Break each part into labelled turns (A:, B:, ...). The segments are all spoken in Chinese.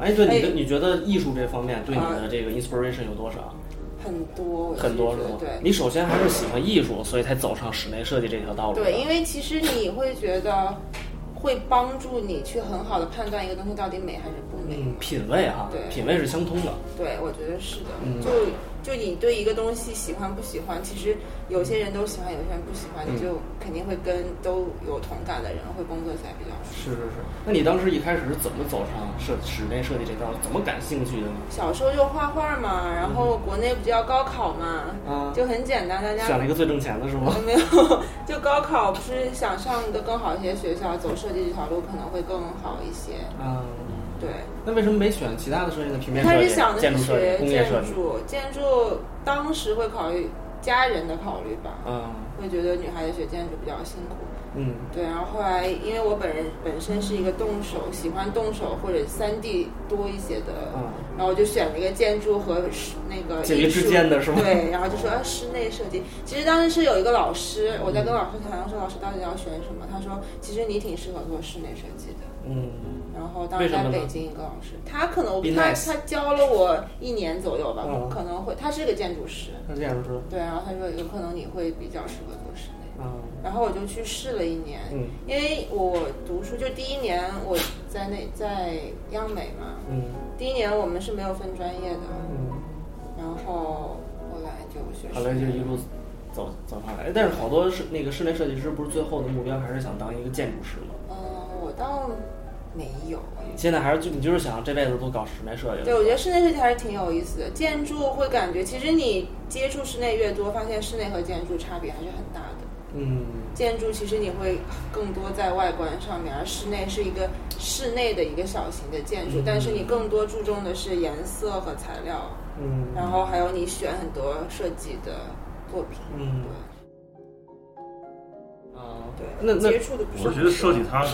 A: 哎，对，你的
B: 哎嗯
A: 你觉得艺术这方面对你的这个 inspiration 有多少？
B: 很多，我
A: 很多
B: 其
A: 是
B: 实
A: 吗？
B: 对，
A: 你首先还是喜欢艺术，所以才走上室内设计这条道路的。
B: 对，因为其实你会觉得会帮助你去很好的判断一个东西到底美还是不美。
A: 嗯，品味哈，
B: 对
A: 品味是相通的。
B: 对，我觉得是的。
A: 嗯
B: 就就你对一个东西喜欢不喜欢，其实有些人都喜欢，有些人不喜欢，
A: 嗯
B: 你就肯定会跟都有同感的人会工作起来比较
A: 是
B: 舒服。
A: 是是。那你当时一开始是怎么走上设室内设计这道路？怎么感兴趣的呢？
B: 小时候就画画嘛，然后国内不就要高考嘛，
A: 嗯啊
B: 就很简单，大家
A: 选了一个最挣钱的是吗？
B: 没有，就高考不是想上一个更好一些学校，走设计这条路可能会更好一些。
A: 啊，
B: 对，
A: 那为什么没选其他的设计呢？平
B: 一
A: 面
B: 开
A: 设
B: 始
A: 计
B: 想、的
A: 建
B: 是
A: 筑设
B: 学
A: 计、工业设计
B: 建。筑，建筑当时会考虑家人的考虑吧，
A: 嗯
B: 会觉得女孩子学建筑比较辛苦。
A: 嗯
B: 对，然后后来因为我本人本身是一个动手，喜欢动手或者三 D 多一些的，
A: 嗯
B: 然后我就选了一个建筑和室那个
A: 介于
B: 艺术
A: 之间的是吗
B: 对，然后就说啊室内设计。其实当时是有一个老师，我在
A: 嗯
B: 跟老师讨论说老师到底要选什么，他说其实你挺适合做室内设计的。
A: 嗯，
B: 然后当时
A: 为什
B: 在
A: 么呢
B: 北京一个老师，他可能
A: Be
B: 他
A: nice
B: 他教了我一年左右吧，
A: 嗯
B: 可能会他是个建筑师，
A: 那建筑师。
B: 对，然后他说有可能你会比较适合做室内。
A: 嗯
B: 然后我就去试了一年，
A: 嗯
B: 因为我读书就第一年我在那在央美嘛，
A: 嗯
B: 第一年我们是没有分专业的，
A: 嗯。
B: 然后后来就学
A: 后来就一路走走上来。但是好多是那个室内设计师，不是最后的目标还是想当一个建筑师吗？
B: 嗯、我倒没有。
A: 你现在还是就你就是想这辈子都搞室内设计
B: 对，
A: 了？
B: 我觉得室内设计还是挺有意思的。建筑会感觉，其实你接触室内越多，发现室内和建筑差别还是很大的。
A: 嗯
B: 建筑其实你会更多在外观上面，而室内是一个室内的一个小型的建筑，
A: 嗯
B: 但是你更多注重的是颜色和材料，
A: 嗯，
B: 然后还有你选很多设计的作品。
A: 嗯
B: 嗯
A: 啊，那
B: 对对，
A: 那
B: 接触的不是
C: 我
B: 很
C: 觉
B: 多
C: 得设计它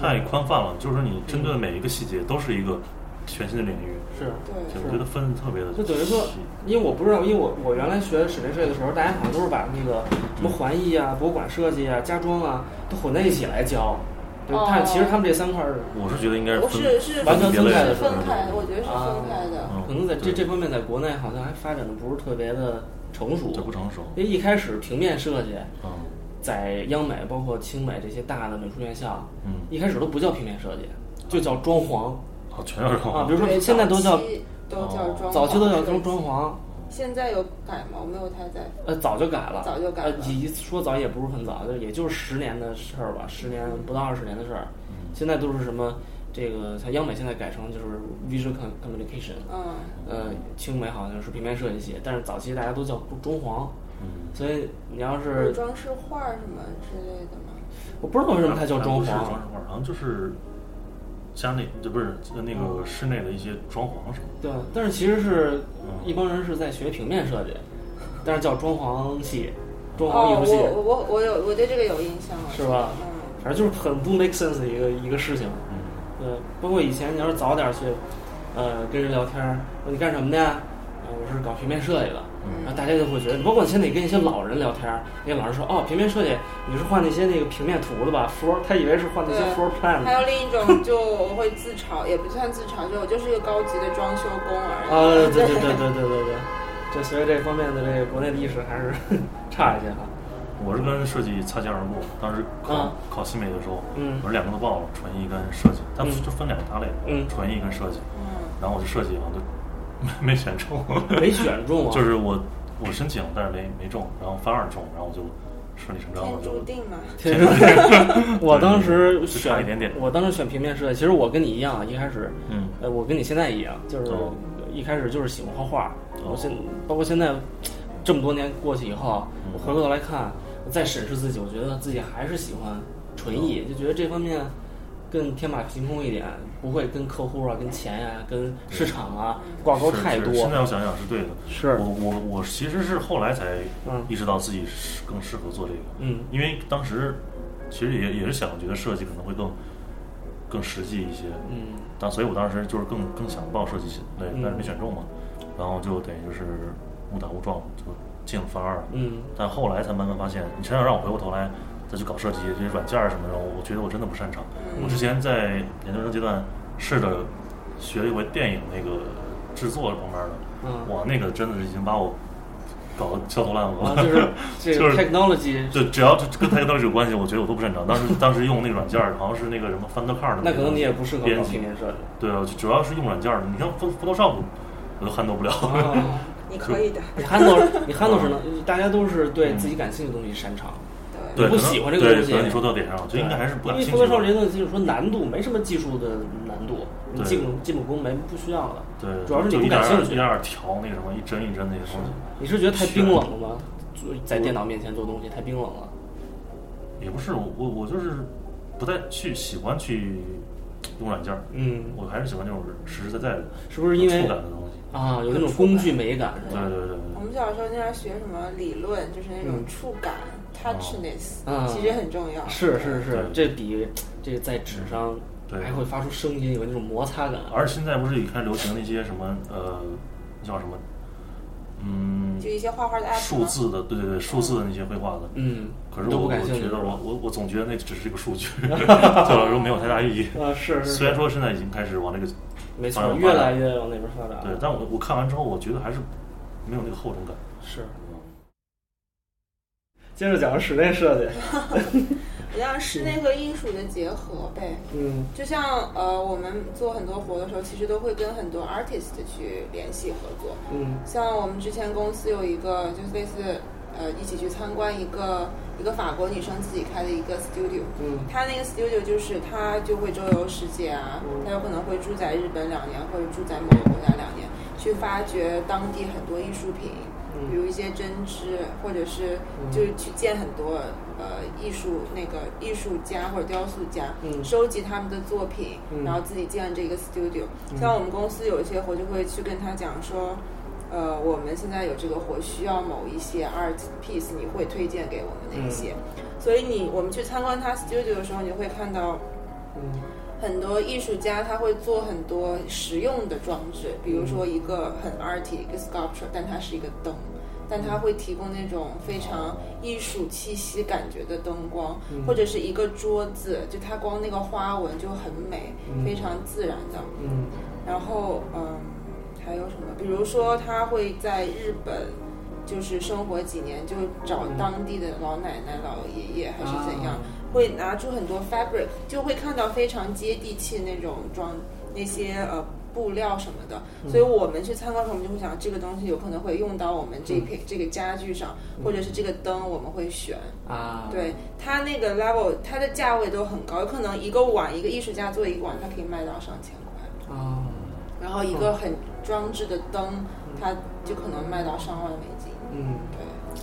C: 太宽泛
A: 嗯
C: 了，就是你针对每一个细节都是一个全新的领域，
A: 是。
B: 对
C: 就我觉得分的特别的
A: 就等于说
C: 细，
A: 因为我不知道，因为我我原来学室内设计的时候，大家好像都是把那个什么环艺啊、博物馆设计啊、家装啊都混在一起来教。对，
B: 哦
A: 但其实他们这三块儿
C: 我是觉得应该是
B: 我
C: 分
B: 是是
A: 完全
C: 别
A: 分开
C: 类
B: 是
A: 的啊
C: 的，
B: 分开的，我觉得是分开的。
C: 嗯
A: 可能在这
C: 对
A: 这方面，在国内好像还发展的不是特别的成熟。
C: 这不成熟。
A: 因为一开始平面设计
C: 嗯
A: 在央美、包括清美这些大的美术院校，
C: 嗯，
A: 一开始都不叫平面设计，就叫装潢
C: 哦，全是
A: 啊。比如
C: 肉。
A: 说现在都叫
B: 早，期都叫装潢，
A: 早期都叫装装潢，
B: 现在有改吗？我没有太在乎。
A: 呃，早就改了，
B: 早就改了
A: 呃，一说早也不是很早，就也就是十年的事儿吧，十年不到二十年的事儿。
C: 嗯
A: 现在都是什么？这个像央美现在改成就是 visual com- communication，
B: 嗯，
A: 呃，清美好像是平面设计系，但是早期大家都叫装潢，
C: 嗯，
A: 所以你要
B: 有
A: 是
B: 装饰画什么之类的吗？
A: 我不知道为什么它叫装
C: 不是装
A: 潢啊
C: 饰，画，好像就是家内，这不是那
A: 嗯
C: 个室内的一些装潢什么。
A: 对，但是其实是
C: 嗯
A: 一帮人是在学平面设计，但是叫装潢系、装潢艺
B: 哦，
A: 术系，
B: 我我我有我对这个有印象了，
A: 是吧
B: 嗯，
A: 反正就是很不 make sense 的一个一个事情。
C: 嗯，
A: 对，包括以前你要是早点去，呃，跟人聊天儿，说你干什么的呀？啊、我是搞平面设计的。
C: 嗯
A: 然后大家就会觉得，包括你现在你跟一些老人聊天儿，那些老人说哦，平面设计你是画那些那个平面图的吧？floor，他以为是画那些
B: 对
A: floor plan
B: 还有
A: 的。
B: 另一种，就我会自嘲，也不算自嘲，就我就是一个高级的装修工而已。
A: 啊，对对对对对对对，这所以这方面的这个国内的意识还是差一些哈。
C: 我是跟设计擦肩而过，当时考
A: 啊
C: 考西美的时候，
A: 嗯
C: 我是两个都报了，纯艺跟设计，它
A: 嗯
C: 就分两个大类，
A: 嗯
C: 纯艺跟设计。
B: 嗯，
C: 然后我就设计了，就没 没选中，
A: 没选中啊，
C: 就是我我申请，但是没没中，然后反而中，然后我就顺理成章，我
B: 天
C: 就
B: 注定嘛。
A: 天生。 我当时
C: 就差
A: 选
C: 一点点
A: 我当时选平面设计，其实我跟你一样，啊一开始，
C: 嗯
A: 呃，我跟你现在一样，就是
C: 哦
A: 一开始就是喜欢画画。
C: 哦
A: 我现包括现在这么多年过去以后，啊
C: 嗯
A: 我回过头来看，我再审视自己，我觉得自己还是喜欢纯艺，
C: 哦
A: 就觉得这方面更天马行空一点，不会跟客户啊、跟钱呀、跟市场啊挂钩
C: 是
A: 太
C: 是
A: 多。
C: 现在我想想是对的，
A: 是
C: 我我我其实是后来才
A: 嗯
C: 意识到自己是更适合做这个，
A: 嗯
C: 因为当时其实也也是想觉得设计可能会更更实际一些，
A: 嗯
C: 但所以我当时就是更更想报设计系类，
A: 嗯
C: 但是没选中嘛，然后就等于就是误打误撞就进了范二了。
A: 嗯
C: 但后来才慢慢发现，你真要让我回过头来再去搞设计这
A: 嗯
C: 些软件儿什么的，我觉得我真的不擅长。我之前在研究生阶段试着学了一回电影那个制作方面的，
A: 嗯
C: 哇，那个真的是已经把我搞得焦头烂额
A: 啊
C: 了。
A: 就是这
C: 就
A: 个
C: 是
A: technology，
C: 就只要这跟它到底有关系，我觉得我都不擅长。当时当时用那个软件儿，好像是那个什么 Thundercard 的个
A: 那可能你也不适合
C: 编
A: 搞
C: 辑
A: 平。面设计。
C: 对啊，就主要是用软件儿的。你像 Pho- Photoshop，我都撼动不了。
A: 啊，
B: 你可以的，
A: 你 handle 你 handle 是能，大家都是对自己感兴趣的东西擅长。
C: 对，
A: 不
C: 可能
A: 喜欢这个东西
C: 对，可能你说到点上了，就应该还是不
A: 因
C: 感
A: 为
C: 兴趣
A: 福特少
C: 吧。
A: 林的就是说难度没什么技术的难度，你
C: 对
A: 进进不攻没不需要了。
C: 对，
A: 主要是你
C: 就
A: 不
C: 一点
A: 感
C: 儿
A: 兴
C: 一
A: 趣
C: 点。儿调那个什么，一帧一帧那些东西，
A: 你是觉得太冰冷了吗？做在电脑面前做东西太冰冷了。
C: 也不是我我我就是不太去喜欢去用软件儿，
A: 嗯，
C: 我还是喜欢这种实实在在的，
A: 是不是因
C: 有
A: 为
C: 触感的东西？
A: 啊有那种工具美感是
C: 对
A: 吧？
C: 对对
B: 我
C: 对
B: 们小时候经常学什么理论，就是那种
A: 嗯
B: 触感、touchness，、
A: 嗯
B: 其实很重要。
A: 是是是
C: 对，
A: 这比这个在纸上
C: 对
A: 还会发出声音，有那种摩擦感。
C: 而现在不是也开始流行那些什么呃，叫什么，嗯，
B: 就一些画画的 app
C: 数
B: 吗
C: 字的，对对对，数字的那些绘画的。
A: 嗯，
C: 可是
A: 都
C: 我
A: 不
C: 我
A: 感兴趣
C: 觉得
A: 是
C: 我
A: 吧
C: 我我总觉得那只是一 个数据，对我来说没有太大意义。
A: 啊是是
C: 虽
A: 是
C: 然，说现在已经开始往这个
A: 没
C: 发
A: 错，
C: 展
A: 越来越往那边发展。
C: 对，但我我看完之后，我觉得还是没有那个厚重感。
A: 是。接着讲室内设计，
B: 让室内和艺术的结合呗。
A: 嗯
B: 就像呃，我们做很多活的时候，其实都会跟很多 artist 去联系合作。
A: 嗯
B: 像我们之前公司有一个，就是类似呃，一起去参观一个一个法国女生自己开的一个 studio。
A: 嗯
B: 她那个 studio 就是她就会周游世界啊
A: 嗯，
B: 她有可能会住在日本两年，或者住在某个国家两年，去发掘当地很多艺术品，比
A: 嗯
B: 如一些针织，或者是
A: 嗯
B: 就是去见很多呃艺术那个艺术家或者雕塑家，
A: 嗯
B: 收集他们的作品，
A: 嗯
B: 然后自己建这个 studio。
A: 嗯
B: 像我们公司有一些活就会去跟他讲说，呃，我们现在有这个活需要某一些 art piece，你会推荐给我们哪一些？所以你我们去参观他 studio 的时候，你会看到。
A: 嗯
B: 很多艺术家他会做很多实用的装置，比如说一个很 arty 一个 sculpture，但它是一个灯，但它会提供那种非常艺术气息感觉的灯光，
A: 嗯
B: 或者是一个桌子，就它光那个花纹就很美，
A: 嗯
B: 非常自然的。
A: 嗯
B: 然后嗯，还有什么？比如说他会在日本。就是生活几年，就找当地的老奶奶、老爷爷还是
A: 啊
B: 怎样，会拿出很多 fabric，就会看到非常接地气那种装那些呃布料什么的。所以我们去参观的时候，我们就会想这个东西有可能会用到我们这片、这个家具上，或者是这个灯我们会选。
A: 啊，
B: 对它那个 level，它的价位都很高，有可能一个碗，一个艺术家做一个碗，它可以卖到上千块，
A: 啊，
B: 然后一个很装置的灯，它就可能卖到上万美金。
A: 嗯，
B: 对。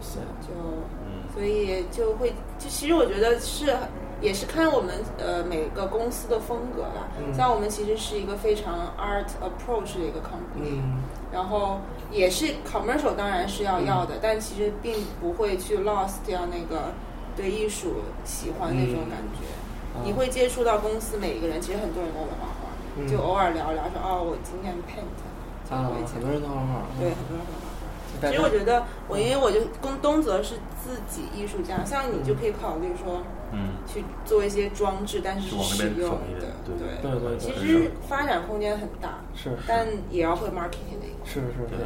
A: 行，
B: 就，
C: 嗯
B: 所以就会，就其实我觉得是，也是看我们呃每个公司的风格吧。
A: 嗯
B: 像我们其实是一个非常 art approach 的一个 company，、
A: 嗯
B: 然后也是 commercial 当然是要
A: 嗯
B: 要的，但其实并不会去 lost 掉那个对艺术喜欢那种感觉。
A: 嗯
B: 你会接触到公司每一个人，其实很多人都会画画，
A: 嗯
B: 就偶尔聊聊说哦，我今天 paint，就
A: 啊
B: 会，
A: 很
B: 讲
A: 多人都画画，
B: 对，很多人会画画。
A: 但
B: 其
A: 是
B: 实我觉得，我因为我就跟东泽是自己艺术家，像你就可以考虑说
C: 嗯，
B: 去做一些装置，但是
C: 就是往那
B: 实
C: 边
B: 用
C: 转一
B: 的
C: 点，，对
B: 对。
A: 对对对
B: 其实发展空间很大，
A: 是
B: 但也要会 marketing 的一块。
A: 是是
C: 对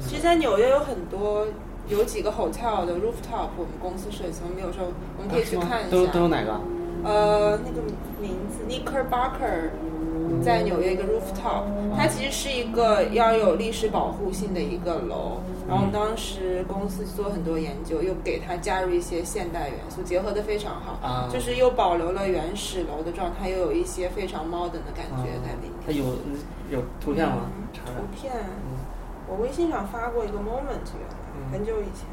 A: 是，
B: 其实，在纽约有很多，有几个 hotel 的 rooftop，我们公司设计，我们有时候我们可以去看一
A: 啊都都有
B: 下。
A: 哪个？
B: 呃，那个名字 Knickerbocker，在纽约一个 rooftop，它其实是一个要有历史保护性的一个楼。然后当时公司做很多研究，又给它加入一些现代元素，结合的非常好，
A: 啊
B: 就是又保留了原始楼的状态，又有一些非常 modern 的感觉在里面。
A: 啊
B: 嗯
A: 它有有图片吗？查查
B: 图，片，我微信上发过一个 moment，原
A: 嗯
B: 来很久以前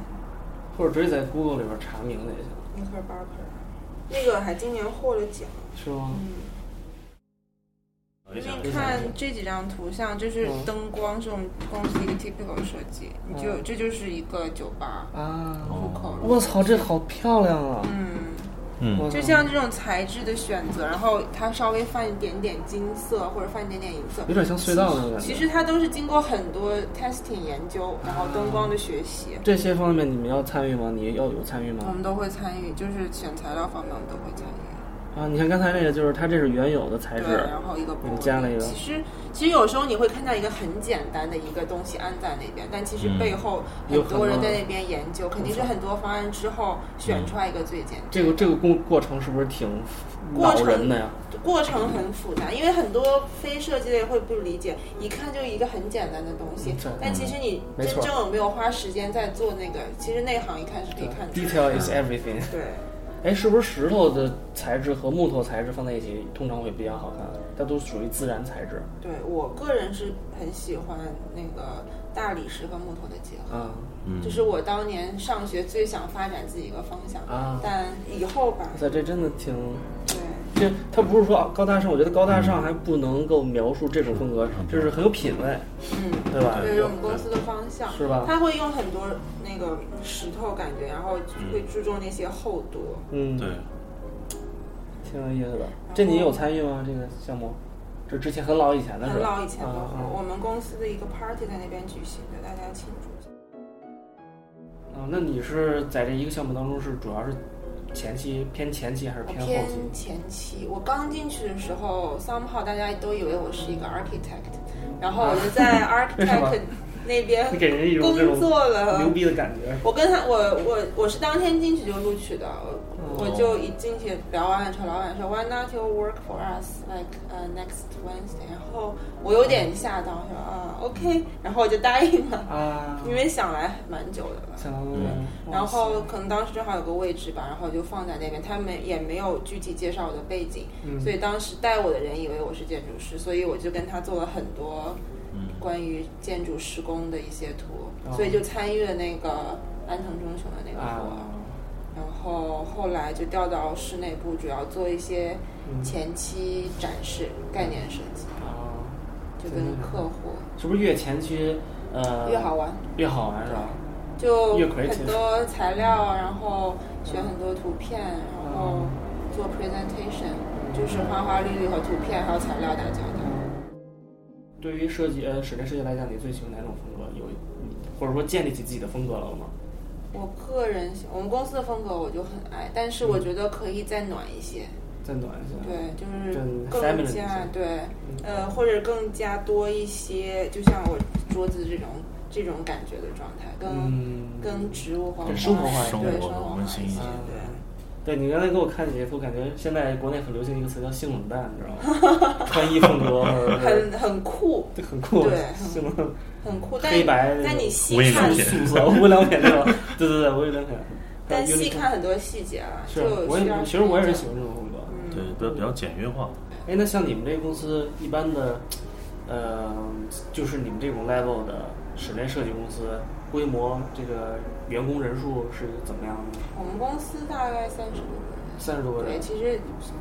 A: 或者直接在 Google 里边查名字也行，
B: ，Knickerbocker，那个还今年获了奖。
A: 是吗？
B: 嗯。
C: 我也
B: 因
C: 想
B: 为你看这几张图像，就是
A: 嗯
B: 灯光是我们公司一个 typical 设计，你就
A: 嗯
B: 这就是一个酒吧
A: 啊，
B: 入口。
A: 我操，这好漂亮啊！
B: 嗯，
A: 我操
C: 嗯，
B: 就像这种材质的选择，然后它稍微泛一点点金色或者泛一点点银色
A: 有，点像隧道那种感觉。
B: 其实它都是经过很多 testing 研究，然后灯光的学习，
A: 这些方面你们要参与吗？你要有参与
B: 我
A: 吗？
B: 们都会参与，就是选材料方面我们都会参与。
A: 啊，你看刚才那个，就是它这是原有的材质
B: 对，，然后一个玻
A: 你
B: 璃。
A: 加了一个
B: 其实其实有时候你会看到一个很简单的一个东西安在那边，但其实
C: 嗯
B: 背后
A: 有
B: 很
A: 很
B: 多人
A: 多嗯
B: 在那边研究，肯定是很多方案之后选出来一个最简单。
A: 这个这个过过程是不是挺
B: 过
A: 恼
B: 程
A: 人的呀？
B: 过程很复杂，因为很多非设计类会不理解，一看就一个很简单的东西
A: 嗯对，
B: 但其实你
A: 没
B: 真
A: 错
B: 正有没有花时间在做那个，其实内行一看是可以看出来的。
A: Detail is everything。
B: 对，
A: 哎，是不是石头的材质和木头材质放在一起通常会比较好看？它都属于自然材质。
B: 对我个人是很喜欢那个大理石和木头的结合。
A: 啊，
C: 嗯
B: 这是我当年上学最想发展自己一个方向，
A: 啊嗯
B: 但以后吧
A: 哇，塞，这真的挺
B: 对，
A: 这它不是说高大上，我觉得高大上还不能够描述这种风格，就是很有品位，
B: 嗯，
A: 对吧？
B: 这是我们公司的方向，
A: 哎是吧
B: 他会用很多那个石头感觉，然后会注重那些厚度，
A: 嗯，
C: 对，
A: 挺有意思的。这你有参与吗？这个项目？这之前很老以前的是吧？
B: 很老以前的，
A: 啊啊
B: 我们公司的一个 party 在那边举行的，大家庆祝一下。
A: 啊，那你是在这一个项目当中是主要是前期偏前期还是
B: 我
A: 偏后
B: 偏
A: 期？
B: 前期，我刚进去的时候，somehow 大家都以为我是一个 architect，然后我就 在
A: 为什么
B: architect 那边
A: 你给人一种这
B: 工
A: 种
B: 作啊了，
A: 牛逼的感觉。
B: 我跟他，我我我是当天进去就录取的，我
A: 哦
B: 我就一进去聊完了之后，老板说 Why not you work for us like 呃、next Wednesday？然后我有点吓到，我说啊 OK，然后我就答应了，
A: 啊，
B: 因为想来蛮久的了。
A: 想到那
C: 嗯
A: 个，
B: 然后可能当时正好有个位置吧，然后就放在那边，他们也没有具体介绍我的背景，
A: 嗯
B: 所以当时带我的人以为我是建筑师，所以我就跟他做了很多
C: 嗯
B: 关于建筑施工的一些图，
A: 哦
B: 所以就参与了那个安藤忠雄的那个活，
A: 啊，
B: 然后后来就调到室内部，主要做一些
A: 嗯
B: 前期展示、概念设计，
A: 啊，
B: 就跟客户
A: 是不是越前期呃
B: 越好玩，
A: 越好玩是吧？
B: 就
A: 越 creative
B: 很多材料，啊然后选很多图片，然
A: 嗯
B: 后做 presentation，就是花花绿绿和图片还有材料打交道。
A: 对于设计呃室内设计来讲，你最喜欢哪种风格？有或者说建立起自己的风格了吗？
B: 我个人喜，我们公司的风格我就很爱，但是
A: 嗯
B: 我觉得可以再暖一些。
A: 再暖一下。
B: 对，就是
A: 更
B: 更
A: feminine 一些嗯
B: 加对，呃，或者更加多一些，就像我桌子这种这种感觉的状态，跟
A: 嗯，
B: 跟植物花
A: 更生活化一
B: 对
A: 点
B: 生
C: 生活
B: 活化
C: 温馨一
B: 一些，
A: 啊
B: 对，
A: 对你刚才给我看截图，感觉现在国内很流行一个词叫“性冷淡”，你知道 吗？穿衣风格或者是
B: 很很酷，
A: 就很酷，
B: 对很
A: 性冷淡
B: 很酷，但
A: 黑白
B: 但你
C: 无
B: 细
C: 印良
B: 看
C: 品，
A: 素色，无印良品对吧？对对对，无印良品。
B: 但
A: 还
B: 细
A: 有 Uniqlo
B: 看很多细节啊，
A: 是
B: 就，
A: 我
B: 需
A: 也
B: 要嗯
A: 其实我也是喜
B: 看
A: 欢这种风格。
B: 一下，
C: 对，比较比较简约化。
A: 哎，那像你们这个公司一般的，呃，就是你们这种 level 的室内设计公司，规模这个员工人数是怎么样的？
B: 嗯我们公司大概三十多个人。
A: 三十多个
B: 对，
A: 人，
B: 其实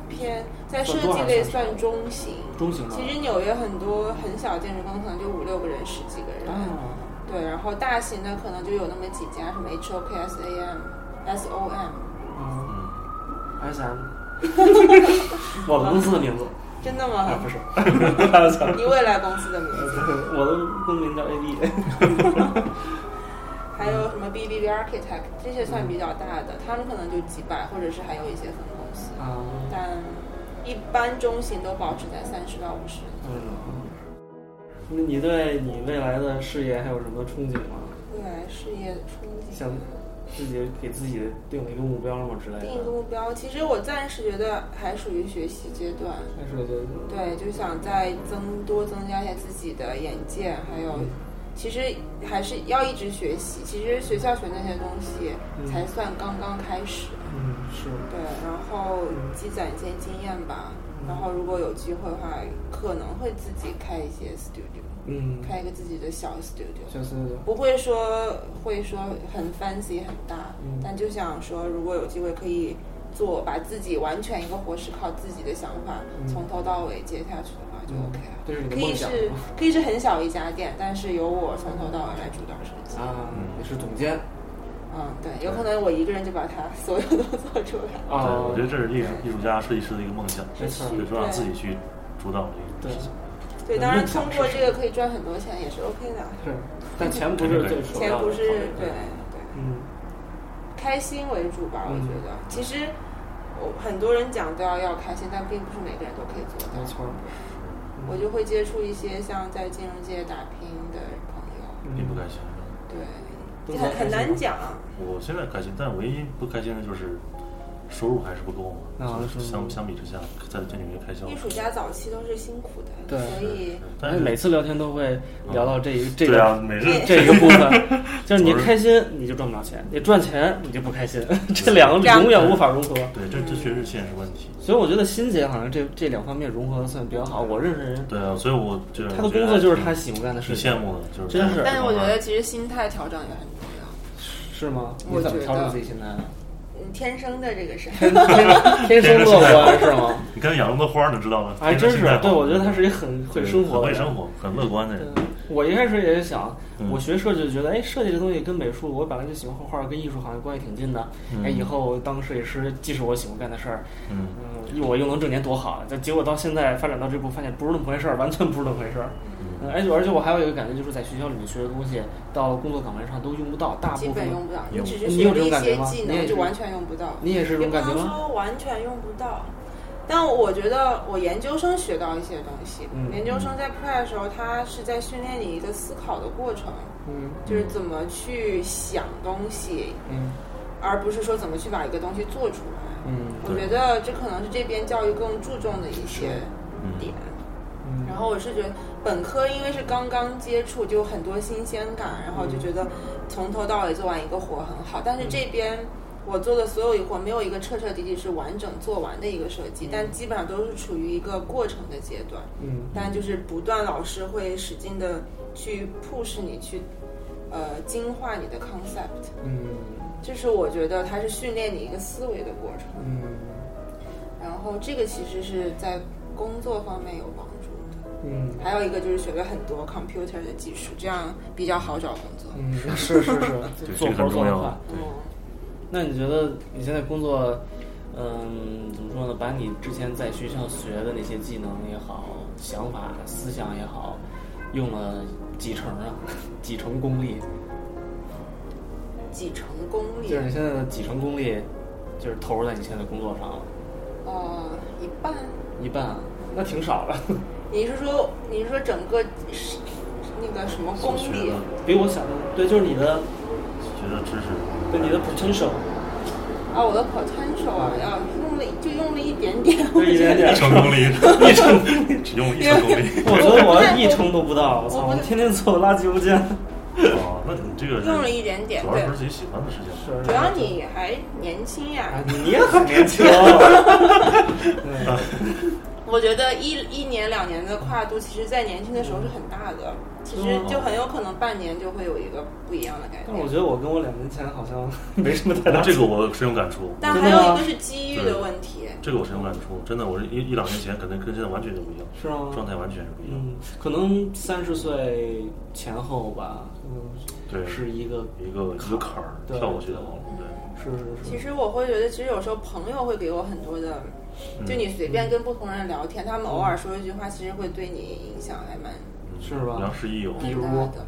B: 偏在设
A: 算多
B: 计
A: 还
B: 类
A: 是
B: 算中型。
A: 中型的。啊
B: 其实纽约很多很小建筑工可能就五六个人、十几个人，
A: 啊，
B: 对，然后大型的可能就有那么几家，什么 H O K S A M、S O M，
A: 嗯
C: 嗯，
A: ，S M，我们公司的名字
B: 真的
A: 啊，
B: 吗
A: 不？是，开玩笑，
B: 你未来公司的名 字，
A: 我的公名叫 A B，
B: 还有什么 B B B Architect，这些
A: 嗯
B: 算比较大的，他们可能就几百，或者是还有一些分公司，
A: 啊，
B: 但一般中型都保持在三十到五十。
A: 嗯，那你对你未来的事业还有什么憧憬吗？
B: 未来事业憧憬。
A: 想自己给自己定了一个目标吗之类的？
B: 定一个目标，其实我暂时觉得还属于学习阶段，
A: 但是我觉得，
B: 对，就想再增多增加一下自己的眼界，还有，
A: 嗯
B: 其实还是要一直学习。其实学校学那些东西
A: 嗯
B: 才算刚刚开始，
A: 嗯，是，
B: 对，然后积攒一些经验吧。然后如果有机会的话，可能会自己开一些 studio，
A: 嗯，
B: 开一个自己的小 studio，
A: 就是
B: 不会说会说很 fancy 很大
A: 嗯，
B: 但就想说如果有机会可以做，把自己完全一个活是靠自己的想法
A: 嗯
B: 从头到尾接下去的话就 OK 了。
A: 这是你的
B: 可
A: 梦
B: 以
A: 想
B: 是可以是很小一家店，但是由我从头到尾来主导设计。
A: 啊，你是总监
B: 嗯，对，有可能我一个人就把它所有都做出 来。
C: 对，
A: 啊
C: 我觉，得这是艺术艺术家、设计师的一个梦想，
A: 没错
C: 就是说让自己去主导这
A: 对
C: 个事情。
B: 对，
A: 嗯
B: 当然
A: 梦
B: 通
A: 想
B: 过
A: 是
B: 这个可以赚很多钱，也是 OK 的。
A: 是，但钱不是最首
B: 钱
A: 要的
B: 不
A: 考
B: 是
A: 虑，
B: 对对，
A: 嗯
B: 开心为主吧，我
A: 嗯
B: 觉得。其实我很多人讲都要要开心，但并不是每个人都可以做
A: 没
B: 到。
A: 错儿，嗯
B: 我就会接触一些像在金融界打拼的朋友，
C: 并不
A: 嗯
C: 开心。
B: 对，
A: 都
B: 就
A: 在
B: 很
A: 开
B: 很
A: 心
B: 难
A: 吗
B: 讲。
C: 我现在开心，但唯一不开心的就是收入还是不够嘛。
A: 啊
C: 就是
A: 收入
C: 相相比之下，在这里面开销
B: 艺术家早期都是辛苦的，
A: 嗯对
B: 所以
C: 但
A: 哎
C: 是嗯
A: 每次聊天都会聊到这一、这
C: 对
A: 个、嗯
C: 啊，每日
A: 这一个部 分，就是你开心你就赚不了钱，你赚钱你就不开 心，这两个
B: 两
A: 永远无法融合。
C: 对这这确实是现实问题。
A: 所以我觉得欣姐好像这这两方面融合的算比较好。我认识人，
C: 对啊，所以我就
A: 她的工作就是她喜欢干的事
C: 挺
A: 情，
C: 羡慕的，就是
A: 真是
B: 但是我觉得其实心态调整也很重要。
A: 是吗？
B: 我
A: 你怎么
B: 觉
A: 调整
B: 得
A: 自己心态 的？
B: 嗯，天生的这个 是，
A: 天生乐观是吗？
C: 你看养那么多花儿，你知道吗？
A: 哎还真是
C: 天生，
A: 对
C: 带花
A: 我觉得她是一个很
C: 对
A: 会生活的
C: 很会
A: 人。
C: 生活，很乐观的人。
A: 嗯我一开始也是想，
C: 嗯
A: 我学设计就觉得，哎，设计这东西跟美术，我本来就喜欢画画，跟艺术好像关系挺近的。
C: 嗯
A: 哎，以后当设计师，既是我喜欢干的事儿，
C: 嗯，
A: 嗯，我又能挣钱，多好啊！但结果到现在发展到这步，发现不是那么回事儿，完全不是那么回事儿。嗯，而且而且我还有一个感觉，就是在学校里面学的东西，到工作岗位上都用不到，大
B: 基
A: 部分
B: 本用不到，你只是
A: 你
B: 学
A: 有
B: 了
A: 这种
B: 一
A: 感觉
B: 些
A: 吗
B: 技
A: 你也
B: 能，就是完全用不到。
A: 你也是这
B: 也
A: 种
B: 不
A: 感觉
B: 能
A: 吗？
B: 说完全用不到，但我觉得我研究生学到一些东西。
A: 嗯
B: 研究生在 pre 的时候，他是在训练你一个思考的过程，
A: 嗯
B: 就是怎么去想东西，
A: 嗯
B: 而不是说怎么去把一个东西做出来。
A: 嗯
B: 我觉得这可能是这边教育更注重的一些
C: 嗯
B: 点。
A: 嗯，
B: 然后我是觉得本科因为是刚刚接触，就有很多新鲜感，然后就觉得从头到尾做完一个活很好。但是这边我做的所有一活，没有一个彻彻底底是完整做完的一个设计，但基本上都是处于一个过程的阶段。
A: 嗯
B: 但就是不断老师会使劲的去 push 你去，呃，精化你的 concept。
A: 嗯
B: 这是我觉得它是训练你一个思维的过程。
A: 嗯
B: 然后这个其实是在工作方面有帮助的。
A: 嗯
B: 还有一个就是学了很多 computer 的技术，这样比较好找工作。
A: 嗯，是是是，
C: 对
A: 做活
C: 这个很
A: 做
C: 重
A: 得
C: 要
A: 快。。嗯
C: 对，
A: 那你觉得你现在工作，嗯，怎么说呢？把你之前在学校学的那些技能也好、想法、思想也好，用了几成啊？ 几成功力？
B: 嗯，几成功力
A: 就是，你现在的几成功力，就是投入在你现在工作上了，
B: 呃，一半。
A: 一半，啊那挺少的，
B: 你是说你是说整个是那个什么功
C: 所学
B: 力
C: 的？
A: 比我想的对，就是你的
C: 学的知识，嗯
A: 对你的 potential，
B: 啊，我的 potential 啊，要用了就用了一点点，我
A: 就一点
B: 觉得
A: 点
C: 一。成功 力，一成只用一成功力。
A: 我觉得我一成都不到，我操！
B: 我
A: 我
B: 不
A: 天天做垃圾邮件，
C: 哦，那你这个是
B: 用了一点点，
C: 主要
B: 对
C: 是不。是自己喜欢的事情。
A: 是
B: 主 要你还年
A: 啊
B: 轻呀，
A: 你也很年轻。啊 嗯
B: 我觉得一一年两年的跨度，其实在年轻的时候是很大的，其实就很有可能半年就会有一个不一样的改
A: 但我
B: 变
A: 觉。得我跟我两年前好 像没什么太大。
C: 这个我深有感触，
B: 但
A: 真的
B: 还有
A: 吗
B: 一个是机遇的问题，
C: 这个我深有感触，真的，我是一一两年前可能跟现在完全就不一样，
A: 是吗？
C: 状态完全是不一样。
A: 嗯，可能三十岁前后吧，嗯，
C: 对，
A: 是一个，
C: 一个一个坎儿
A: 对
C: 跳过去的往路，对，
A: 是是
B: 其
A: 是，
B: 实我会觉得，其实有时候朋友会给我很多的，
C: 嗯
B: 就你随便跟不同人聊天，他们偶尔说一句话，其实会对你影响还蛮
A: 是吧
C: 良师益友，
A: 比如
B: 蛮大的。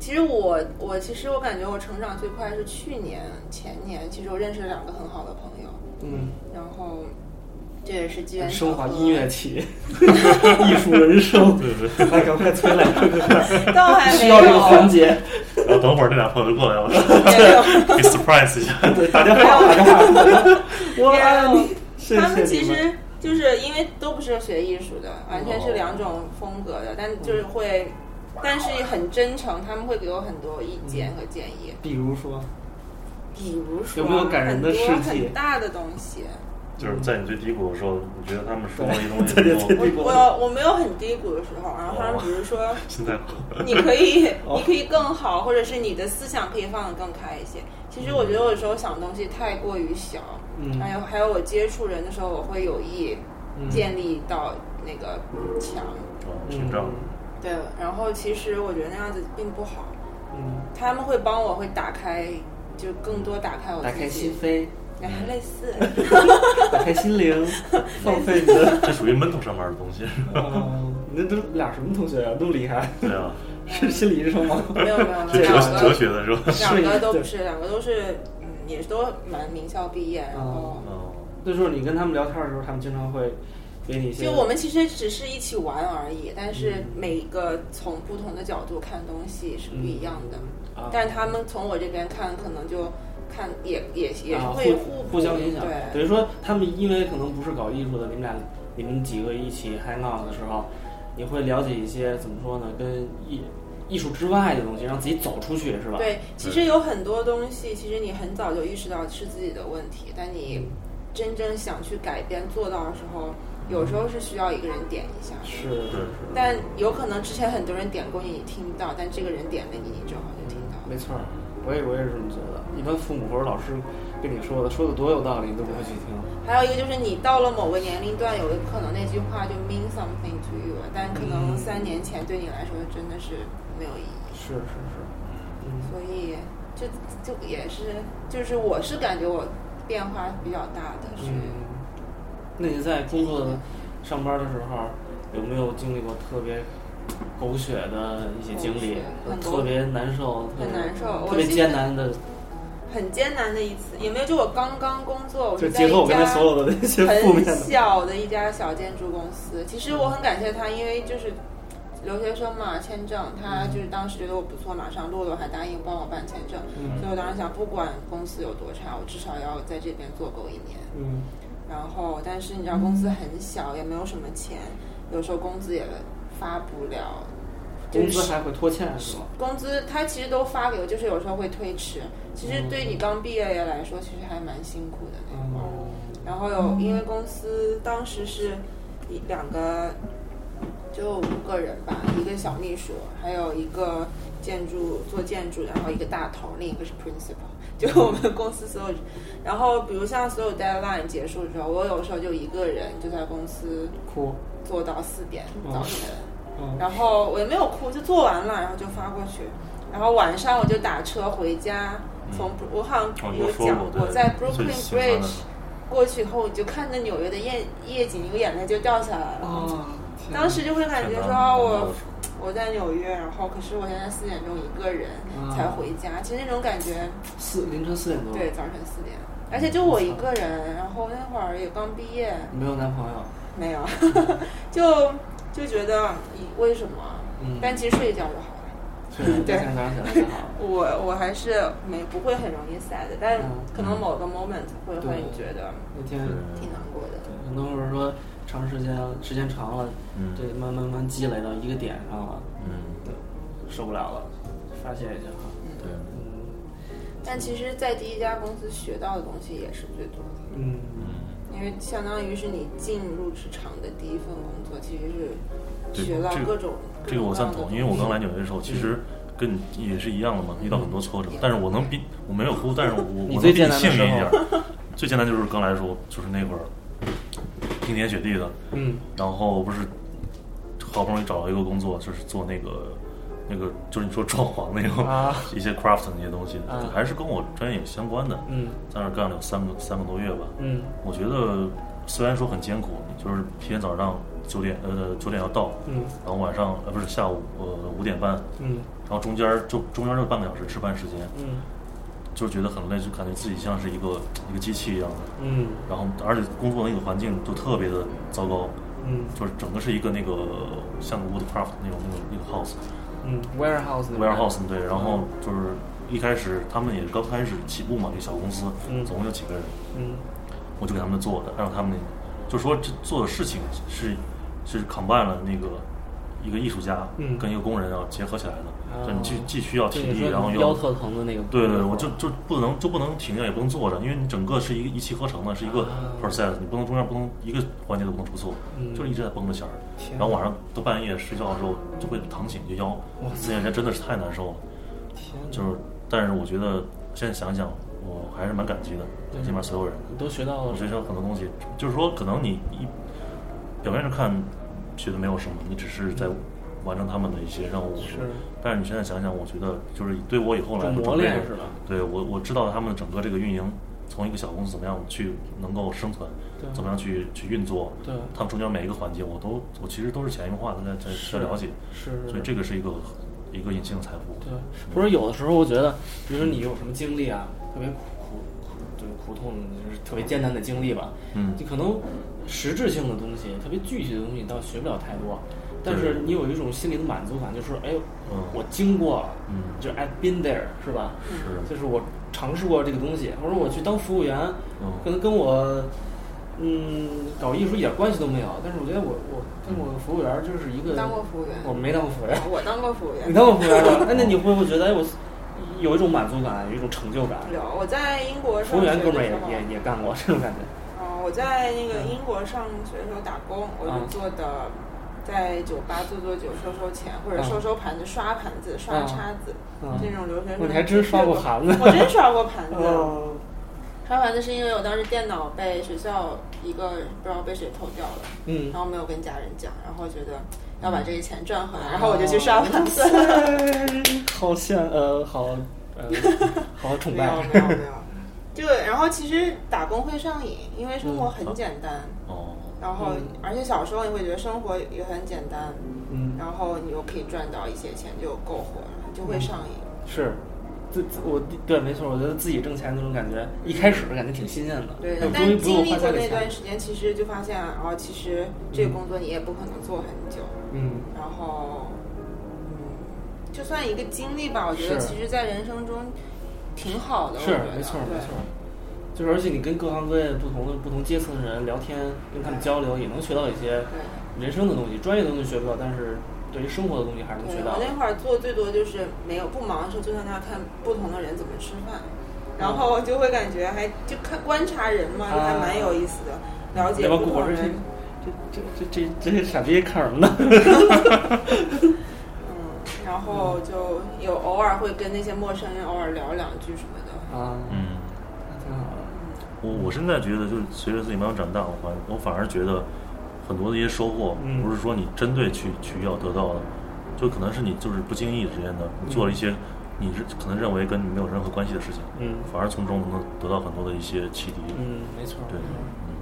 B: 其实我我其实我感觉我成长最快是去年前年，其实我认识了两个很好的朋友，
A: 嗯，
B: 然后这也是机缘巧
A: 升华
B: 合。
A: 音乐起， 艺术人生，
C: 对对。
A: 来赶快催来，
B: 倒 还没
A: 需
B: 有
A: 要这个环 节，
C: 然后等会儿这俩朋友就 过来了，
B: 没有
C: 给 surprise 一下。
A: 对，打电话打电话，我爱你，谢
B: 他们
A: 谢
B: 其
A: 你们，
B: 实就是因为都不是学艺术的，完全是两种风格的，但就是
A: 哦
B: 会，但是很真诚，他们会给我很多意见和建议，
A: 比如说，
B: 比如说
A: 嗯有没有感人的事迹
B: 很多很大的东西。
C: 就是在你最低谷的时候，你觉得他们说了一东西
A: 对
C: 之后
A: 对，对
B: 我我我没有很低谷的时候，然后他们比如说，
C: 现在
B: 你可以
A: 哦
B: 你可以更好，或者是你的思想可以放得更开一些。其实我觉得我有时候想东西太过于小，
A: 嗯
B: 还有还有我接触人的时候，我会有意
A: 嗯
B: 建立到那个墙。
C: 哦，屏障，
B: 对，然后其实我觉得那样子并不好，
A: 嗯，
B: 他们会帮我会打开，就更多打开我
A: 打
B: 自己，
A: 开心嗯扉，
B: 哎，类似，
A: 打开心灵，放飞你的，
C: 这属于闷头上班的东西。
A: 哦你那都俩什么同学啊，那么厉害，
C: 对啊，
A: 是心理医生吗？
B: 没有没有，
A: 啊
B: 没有
C: 这哲
B: 两
C: 哲
B: 个
C: 学的是 吧？
B: 两个都嗯
A: 对
B: 不是，两个都是，嗯，也都蛮名校毕业，然后
C: 哦，
A: 那 就是你跟他们聊天的时候，他们经常会给你一些。
B: 就我们其实只是一起玩而已，但是
A: 嗯
B: 每一个从不同的角度看东西是不一样的。
A: 啊，
B: 但是他们从我这边看，可能就看也也也是
A: 啊
B: 会
A: 互
B: 补
A: 互相影响。
B: 对，
A: 等于说他们因为可能不是搞艺术的，你们俩你们几个一起 hang out 的时候，你会了解一些怎么说呢，跟艺艺术之外的东西，让自己走出去，是吧？
B: 对，其实有很多东西，其实你很早就意识到是自己的问题，但
A: 嗯
B: 你真正想去改变做到的时候，有时候是需要一个人点一下。
A: 嗯是，是
C: 对
A: 是，
B: 但有可能之前很多人点过你，你听不到，但这个人点了你，你正好就听到
A: 没
B: 了。
A: 错儿，我也我也是这么觉得。一般父母或者老师跟你说的，说的多有道理，你都不会去听。
B: 还有一个就是你到了某个年龄段，有的可能那句话就 mean something to you 了，但可能
A: 嗯
B: 三年前对你来说真的是没有意义。
A: 是是是，嗯，
B: 所以就就也是，就是我是感觉我变化比较大的是，
A: 嗯，那你在工作上班的时候，有没有经历过特别狗血的一些经历
B: 狗血很，多
A: 特别难受，特别
B: 很难受我
A: 特别
B: 记得
A: 艰难的，
B: 很艰难的一次，也没有就我刚刚工作，我
A: 就是
B: 在
A: 结合我
B: 一
A: 刚才
B: 家
A: 所有的那些负面
B: 很
A: 的，
B: 小的一家小建筑公司。其实我很感谢他，因为就是留学生嘛，签证，他就是当时觉得我不错，马上洛洛还答应帮我办签证，
A: 嗯
B: 所以我当时想，不管公司有多差，我至少要在这边做够一年。
A: 嗯，
B: 然后，但是你知道公司很小，也没有什么钱，有时候工资也发不了，就
A: 工
B: 是
A: 资还会拖欠是吗？
B: 工资他其实都发给我，就是有时候会推迟。其实对你刚毕业来说，其实还蛮辛苦的那会儿。
A: 嗯，
B: 然后有因为公司当时是一两个，就五个人吧，一个小秘书，还有一个建筑做建筑，然后一个大头，另一个是 principal，就 我们公司所有。然后比如像所有 deadline 结束之后，我有时候就一个人就在公司
A: 哭，
B: 做到四点
C: 哦
A: 嗯
B: 早晨。
A: 嗯，
B: 然后我也没有哭，就做完了，然后就发过去。然后晚上我就打车回家，从布我好
C: 嗯哦
B: 像
C: 你
B: 有
C: 有说
B: 讲
C: 过
B: 过，
C: 对
B: 在
C: 最
B: Brooklyn
C: 喜欢的
B: Bridge 过去以后，我就看着纽约的夜夜景，我眼泪就掉下来了。
C: 哦
A: 啊，天哪
B: 哦当时就会感觉
C: 天
B: 说，
C: 哪
B: 啊我我在纽约，然后可是我现在四点钟一个人
C: 啊
B: 才回家，其实那种感觉，
A: 四凌晨四
C: 哦
A: 点多，
B: 对，，早晨四点，而且就我一个人，然后那会儿也刚毕业，
A: 没有男 朋友，
B: 没有，就就觉得咦为什么？
A: 嗯，
B: 但其实睡一觉就好了。
A: 是第二
B: 对
A: 天早上起来就好了。
B: 我我还是没不会很容易 sad，的但
A: 嗯
B: 可能某个 moment 会
A: 对
B: 会觉得
A: 那天
C: 对
B: 挺难过的。
A: 很多人说长时间时间长了，
C: 嗯
A: 这慢慢慢积累到一个点上了，
C: 嗯
A: 对，受不了了，发泄一下哈。
C: 对，
A: 嗯
B: 但其实，在第一家公司学到的东西也是最多的，
A: 嗯，
C: 嗯，
B: 因为相当于是你进入职场的第一份工作，其实是学到
C: 对这个
B: 各种
C: 这个我赞同，因为我刚来
B: 就
C: 纽约的时候，其实跟你也是一样的嘛，遇到很多挫折，但是我能比我没有哭，但 是我我
A: 你
C: 我能
A: 最
C: 比
A: 艰
C: 你
A: 难的
C: 幸运一
A: 时
C: 点
A: 候
C: 儿。最艰难就是刚来的时候，就是那会儿冰天雪地的，
A: 嗯
C: 然后不是好不容易找到一个工作，就是做那个那个，就是你说装潢那种、
A: 啊
C: 一些 craft 那些东西，
A: 啊
C: 还是跟我专业有相关的。
A: 嗯
C: 在那儿干了有三个三个多月吧。
A: 嗯
C: 我觉得虽然说很艰苦，就是每天早上九点呃九点要到，
A: 嗯
C: 然后晚上呃不是下午呃五点半，
A: 嗯
C: 然后中间儿就中间儿就半个小时吃饭时间，
A: 嗯
C: 就觉得很累，就感觉自己像是一个一个机器一样的。
A: 嗯
C: 然后而且工作那个环境就特别的糟糕，
A: 嗯
C: 就是整个是一个那个像 woodcraft 那种那种那个 house
A: 嗯，warehouse 那边
C: warehouse 对，然后就是一开始他们也刚开始起步嘛，一个小公司，
A: 嗯
C: 总共就几个人，
A: 嗯
C: 我就给他们做的，让他们就说这做的事情是是 combine 了那个一个艺术家
A: 嗯
C: 跟一个工人啊结合起来的，
A: 哦
C: 就你既既需要
A: 就
C: 体
A: 你
C: 力，
A: 说
C: 然后又
A: 腰
C: 要
A: 特疼的那个，
C: 对对，我就就不能就不能停下，也不能坐着，因为你整个是一个一气呵成的，是一个
A: 啊
C: process，你不能中间不能一个环节都不能出错，
A: 嗯
C: 就是一直在绷着弦儿
A: 天，
C: 然后晚上到半夜睡觉的时候就会疼醒，就腰
A: 哇，
C: 那两天真的是太难受了，
A: 天哪，
C: 就是，但是我觉得现在想想，我还是蛮感激的，对这边所有人。
A: 你都学到
C: 我
A: 了
C: 学，到很多东西，就是说，可能你一表面上看学的没有什么，你只是在完成他们的一些任务。
A: 是
C: 但是你现在想想，我觉得就是对我以后来
A: 就
C: 说
A: 磨
C: 准备
A: 练是吧
C: 对我，我知道他们整个这个运营，从一个小公司怎么样去能够生存
A: 对，
C: 怎么样去去运作，
A: 对
C: 他们中间每一个环节，我都我其实都是潜移默化的在在在了解，
A: 是，
C: 所以这个是一个一个隐性的财富。
A: 对，不是有的时候我觉得，比如说你有什么经历啊，特别苦苦，就是苦胡同就是特别艰难的经历吧。
C: 嗯
A: 就可能实质性的东西，特别具体的东西，你倒学不了太多，但是
C: 对
A: 你有一种心理的满足感，就是哎呦
C: 嗯，
A: 我经过了，
C: 嗯
A: 就是 I've been there，是吧？
B: 嗯
C: 是
A: 就是我尝试过这个东西，或者我去当服务员，
C: 嗯
A: 可能跟我嗯搞艺术一点关系都没有，但是我觉得我我但
C: 嗯
A: 我服务员就是一个，
B: 当过服务员，
A: 我
B: 哦
A: 没当过服务员，
B: 我当过服务员
A: 你。当过服务员吗？哎，那你会不会觉得哎我有一种满足感，有一种成就感？
B: 有，我在英国
A: 服
B: 上
A: 务
B: 学
A: 员
B: 的
A: 哥们儿
B: 时候
A: 也也也干过这种感觉，
B: 哦，我在那个英国上学的时候打工，我
A: 啊
B: 就做的在酒吧做做酒，收收钱，或
A: 啊
B: 者收收盘子、刷盘子、刷
A: 啊
B: 叉子，
A: 嗯
B: 这种留学
A: 哦
B: 生。
A: 你还真刷过盘子
B: 我真刷过盘子。
A: 哦，
B: 刷盘子是因为我当时电脑被学校一个不知道被谁偷掉了，
A: 嗯
B: 然，后没有跟家人讲，然后觉得要把这些钱赚
A: 啊
B: 回来，然后我就去刷盘子。
A: 好羡呃好呃好崇
B: 没
A: 拜
B: 有，没有没有，就然后其实打工会上瘾，因为生活很简单，
C: 哦，
B: 然后
A: 嗯
B: 而且小时候你会觉得生活也很简单，
A: 嗯
B: 然后你又可以赚到一些钱就够活了，就会上瘾。
A: 是。自自我对，没错，我觉得自己挣钱那种感觉，一开始感觉挺新鲜的，
B: 对，
A: 哎
B: 但
A: 终于
B: 是
A: 不用花
B: 经历
A: 家
B: 过
A: 里
B: 那
A: 钱
B: 段
A: 了。
B: 时间，其实就发现，哦，其实这个工作你也不可能做很久，
A: 嗯，
B: 然后，嗯，就算一个经历吧，我觉得
A: 是
B: 其实，在人生中挺好的，我
A: 是
B: 觉得
A: 没错没
B: 对
A: 错，就是而且你跟各行各业不同的不同阶层的人聊天，跟他们交流，也能学到一些
B: 对。
A: 人生的东西，专业的东西学不到，但是对于生活的东西还是能
B: 对
A: 学，
B: 我
A: 到的。
B: 那会儿做最多就是没有不忙的时候，就在那儿看不同的人怎么吃饭，然后就会感觉还就看观察人嘛，就还
A: 啊
B: 蛮有意思的，了解
A: 要不
B: 不
A: 然我说
B: 同人。
A: 这这这这这些傻逼看什么呢？
B: 嗯，然后就有偶尔会跟那些陌生人偶尔聊两句什么的。
A: 啊，
C: 嗯，
A: 那挺好的。
C: 我我现在觉得，就是随着自己慢慢长大，我反我反而觉得很多的一些收获，
A: 嗯
C: 不是说你针对去去要得到的，就可能是你就是不经意之间的你做了一些你是可能认为跟你没有任何关系的事情，
A: 嗯
C: 反而从中能得到很多的一些启迪。
A: 嗯，没错，
C: 对，嗯，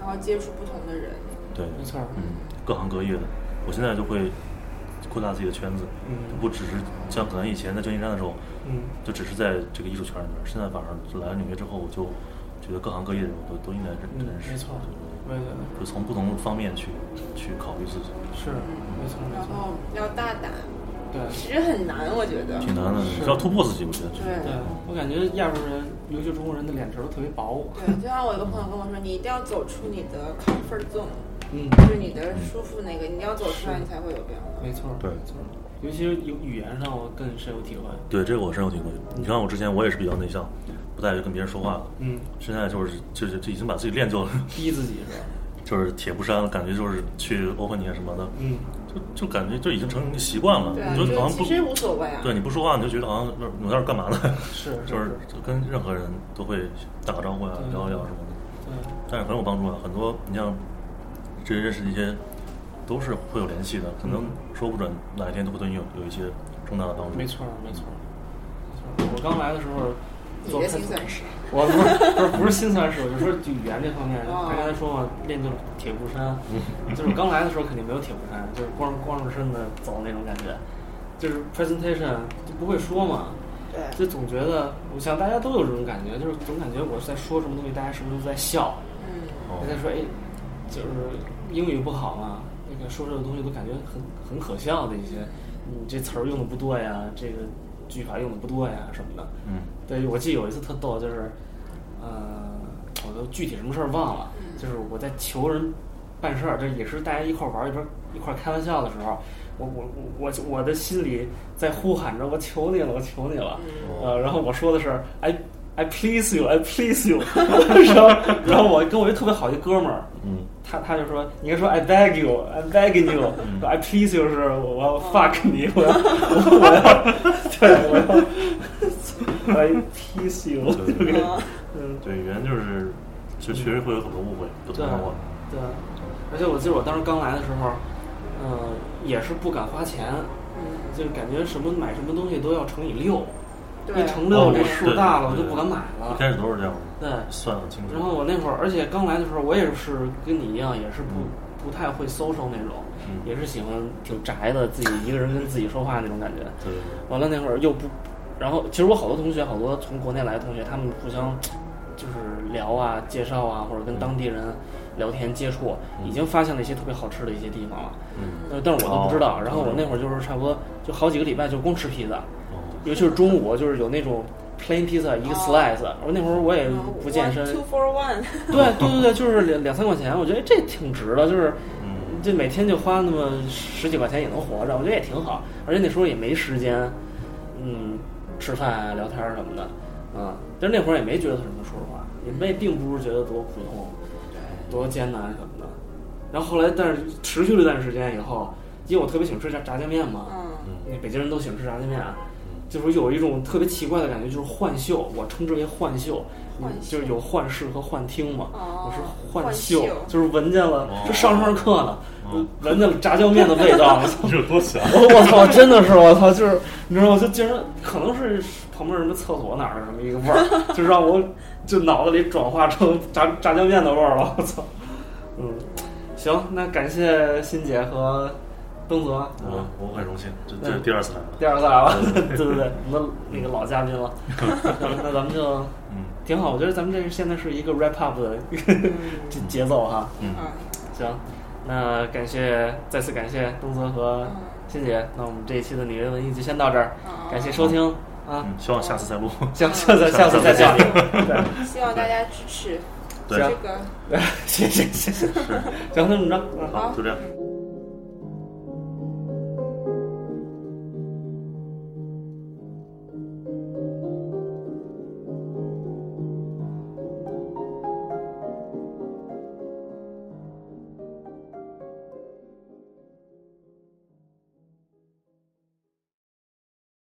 B: 然后接触不同的人，
C: 对，
A: 没错，
C: 嗯，各行各业的，我现在就会扩大自己的圈子，就
A: 嗯
C: 不只是像可能以前在旧金山的时候，
A: 嗯，
C: 就只是在这个艺术圈里面，现在反而来了纽约之后，我就觉得各行各业的人我都都应该
A: 嗯
C: 认认识，
A: 没错
C: 就是
A: 我也觉得
C: 就从不同的方面去去考虑自己，
A: 是，没错没
B: 然
A: 错，
B: 后要大胆，
A: 对。
B: 其实很难，我觉得。
C: 挺难的，
A: 是
C: 是要突破自己，我觉得这
B: 对
C: 个。
A: 对，我感觉亚洲人，尤其中国人的脸皮儿都特别薄。
B: 对，就像我一个朋友跟我说，你一定要走出你的 comfort zone，
A: 嗯，
B: 就是你的舒服那个，你要走出
A: 是
B: 来，你才会有变化。
A: 没错，
C: 对
A: 没错。尤其是有语言上，我更深有体会。
C: 对，这个我深有体会。你看我之前我也是比较内向，不太爱跟别人说话的，
A: 嗯，
C: 现在就是就是就已经把自己练就了，
A: 逼自己是吧？
C: 就是铁布衫，感觉就是去 open 你什么的，
A: 嗯，
C: 就就感觉就已经成一个习惯了，
B: 对啊，
C: 你就好
B: 就
C: 像
B: 其
C: 不
B: 实无所谓啊。
C: 对你不说话，你就觉得好像我在这干嘛呢？
A: 是，
C: 就是就跟任何人都会打个招呼啊，
A: 对
C: 聊一聊什么的，
A: 对，
C: 但是很有帮助啊。很多你像这认识的一些，都是会有联系的，可能说不准哪一天都会对你有有一些重大的帮助。
A: 嗯没错，没错，没错。我刚来的时候，
B: 你
A: 做
B: 的
A: 开
B: 心酸史。
A: 我不是不是不是心酸事，我就说就语言这方面，
B: 哦
A: 他刚才说嘛，练就了铁布衫，就是刚来的时候肯定没有铁布衫，就是光光着身子走那种感觉，就是 presentation 就不会说嘛，
B: 对。
A: 就总觉得，我想大家都有这种感觉，就是总感觉我是在说什么东西，大家是不是都在笑？
B: 嗯，
C: 哦
A: 大家说，哎，就是英语不好嘛，那个说这个东西都感觉很很可笑的一些，你这词儿用的不对呀，这个句法用的不对呀什么的。
C: 嗯，
A: 对，我记得有一次特逗，就是，呃，我都具体什么事儿忘了，就是我在求人办事儿，这也是大家一块儿玩儿一边儿一块儿开玩笑的时候，我我我我我的心里在呼喊着我求你了，我求你
B: 嗯
A: 了，呃，然后我说的是 I I please you, I please you，然 后然后我跟我一特别好一哥们儿，
C: 嗯，
A: 他他就说，你应该说 I beg you, I beg you, I please you 是我我要 fuck 你，我要我要对我要 I please you，
C: 对
A: 就给
B: 啊
A: 嗯
C: 对，语言就是就确实会有很多误会，不同
A: 对啊
C: 的话。
A: 对，而且我记得我当时刚来的时候，呃，也是不敢花钱，
B: 嗯，
A: 就是感觉什么买什么东西都要乘以六，
B: 对
A: 一。乘六
C: 哦
A: 这
C: 我
A: 数
C: 对
A: 大了我
C: 对
A: 就
C: 对
A: 不敢买
C: 一
A: 了。
C: 开始都是这样
A: 对，
C: 的，算很清楚。
A: 然后我那会儿，而且刚来的时候，我也是跟你一样，也是不不太会 social 那种，
C: 嗯
A: 也是喜欢挺宅的，自己一个人跟自己说话那种感觉。
C: 对，
A: 完了那会儿又不，然后其实我好多同学，好多从国内来的同学，他们互相就是聊啊、介绍啊，或者跟当地人聊天接触，已经发现了一些特别好吃的一些地方了。
C: 嗯，
A: 呃，但是我都不知道。
C: 哦
A: 然后我那会儿就是差不多就好几个礼拜就光吃披萨，
C: 哦，
A: 尤其是中午，就是有那种 plain pizza 一个
B: 哦
A: slice、我那会儿我也不健身，
B: 嗯 two for one，
A: 对对对对，就是两两三块钱，我觉得这挺值的，就是
C: 嗯，
A: 这每天就花那么十几块钱也能活着，我觉得也挺好。而且那时候也没时间，嗯，吃饭啊、聊天儿什么的，啊、但是那会儿也没觉得什么，说实话，啊也没并不是觉得多普通、多艰难什么的。然后后来，但是持续了一段时间以后，因为我特别喜欢吃炸炸酱面嘛，
B: 嗯，
A: 那北京人都喜欢吃炸酱面，啊就是有一种特别奇怪的感觉，就是幻嗅，我称之为幻嗅，
B: 幻嗅
A: 就是有幻视和幻听嘛。
B: 哦
A: 我是
B: 幻
A: 嗅，
B: 嗅
A: 就是闻见了，
C: 哦
A: 这上上课呢，
C: 哦
A: 闻见了炸酱面的味道。 我操
C: 你有多想？
A: 我我操，真的是我操，就是你知道吗？就竟然可能是旁边什么厕所哪儿的什么一个味儿，就让我就脑子里转化成炸炸酱面的味儿了。我操，嗯，行，那感谢欣姐和东泽，啊
C: 我我很荣幸，这这是
A: 嗯
C: 第二次来了，
A: 第二次来了， 对对对，我们那个老嘉宾了，那 咱们就
C: 嗯
A: 挺好，我觉得咱们这是现在是一个 wrap up 的一个节 节奏哈。
C: 嗯，
B: 啊，
A: 行，那感谢再次感谢东泽和
B: 嗯
A: 欣姐，那我们这一期的纽约文艺就先到这儿，
B: 好
A: 感谢收听啊，
C: 嗯，希望下次再录。
A: 行，下次下次再见， 啊对，
B: 嗯希望大家支持
C: 对
B: 这个。
A: 谢谢谢谢，行，那么着，嗯。
C: 好，就这样。
A: 嗯